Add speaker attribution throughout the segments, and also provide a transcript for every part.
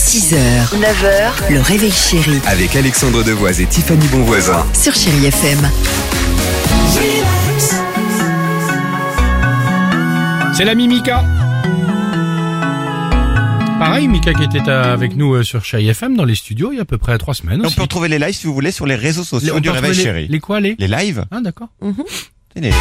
Speaker 1: 6h, 9h, le réveil chéri
Speaker 2: Avec Alexandre Devoise et Tiffany Bonvoisin.
Speaker 1: sur Chéri FM.
Speaker 3: C'est l'ami Mika. Pareil, Mika qui était euh, avec nous euh, sur Chai FM dans les studios il y a à peu près trois semaines.
Speaker 4: Et on
Speaker 3: aussi.
Speaker 4: peut retrouver les lives si vous voulez sur les réseaux
Speaker 3: Les-
Speaker 4: sociaux
Speaker 3: on
Speaker 4: du
Speaker 3: peut
Speaker 4: Réveil
Speaker 3: retrouver
Speaker 4: Chéri.
Speaker 3: Les, les quoi les
Speaker 4: Les lives
Speaker 3: Ah d'accord.
Speaker 4: les-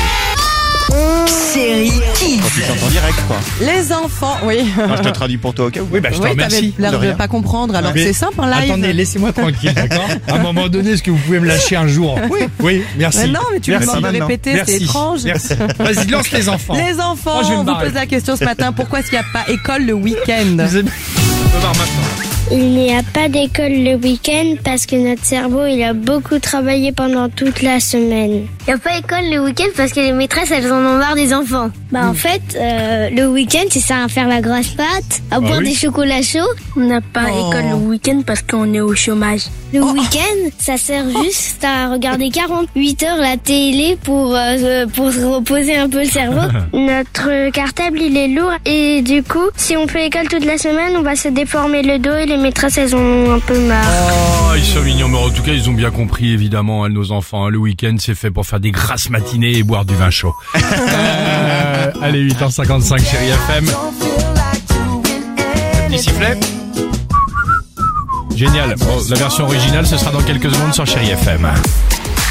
Speaker 1: Chéri Kids.
Speaker 4: Quand tu chantes en direct, quoi.
Speaker 5: Les enfants, oui.
Speaker 4: Moi, je te traduis pour toi au cas où.
Speaker 3: Oui bah je te
Speaker 5: oui,
Speaker 3: remercie. Ah,
Speaker 5: l'air
Speaker 4: de
Speaker 5: de
Speaker 4: rien.
Speaker 5: pas comprendre, alors
Speaker 3: Mais
Speaker 5: que c'est simple en live.
Speaker 3: Attendez, laissez-moi tranquille, d'accord À un moment donné, est-ce que vous pouvez me lâcher un jour Oui, oui, merci.
Speaker 5: Mais non, mais tu me
Speaker 3: Merci.
Speaker 5: demandes de
Speaker 4: Maintenant.
Speaker 5: répéter, c'est
Speaker 3: Merci.
Speaker 5: étrange.
Speaker 3: Merci. Vas-y, lance les enfants.
Speaker 5: Les enfants,
Speaker 3: Oh, je vais me
Speaker 5: on vous
Speaker 3: barrer.
Speaker 5: pose la question ce matin, pourquoi est-ce qu'il n'y a pas école le week-end
Speaker 3: Vous aimez- On peut voir maintenant.
Speaker 6: Il n'y a pas d'école le week-end parce que notre cerveau il a beaucoup travaillé pendant toute la semaine. Il n'y a pas école le week-end parce que les maîtresses elles en ont marre des enfants. Bah en fait euh, le week-end c'est ça à faire la grasse pâte, à boire
Speaker 3: oui.
Speaker 6: des chocolats chauds.
Speaker 7: On n'a pas école le week-end parce qu'on est au chômage.
Speaker 6: Le week-end ça sert juste à regarder 48 heures la télé pour euh, se- pour se reposer un peu le cerveau.
Speaker 7: Notre
Speaker 6: Cartable il est lourd et du coup si on fait école toute la semaine on va se déformer le dos et les maîtresses elles en ont un peu marre.
Speaker 3: Oh, ils sont mignons, mais en tout cas, ils ont bien compris, évidemment, hein, nos enfants. hein. Le week-end, c'est fait pour faire des grasses matinées et boire du vin chaud. Euh, allez, 8h55, chérie FM. Petit sifflet. Génial. Bon, la version originale, ce sera dans quelques secondes sur chérie FM.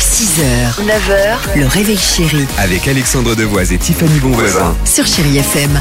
Speaker 1: 6h, 9h, le réveil chéri
Speaker 2: Avec Alexandre Devoise et Tiffany Bonvoisin.
Speaker 1: sur Chéri FM.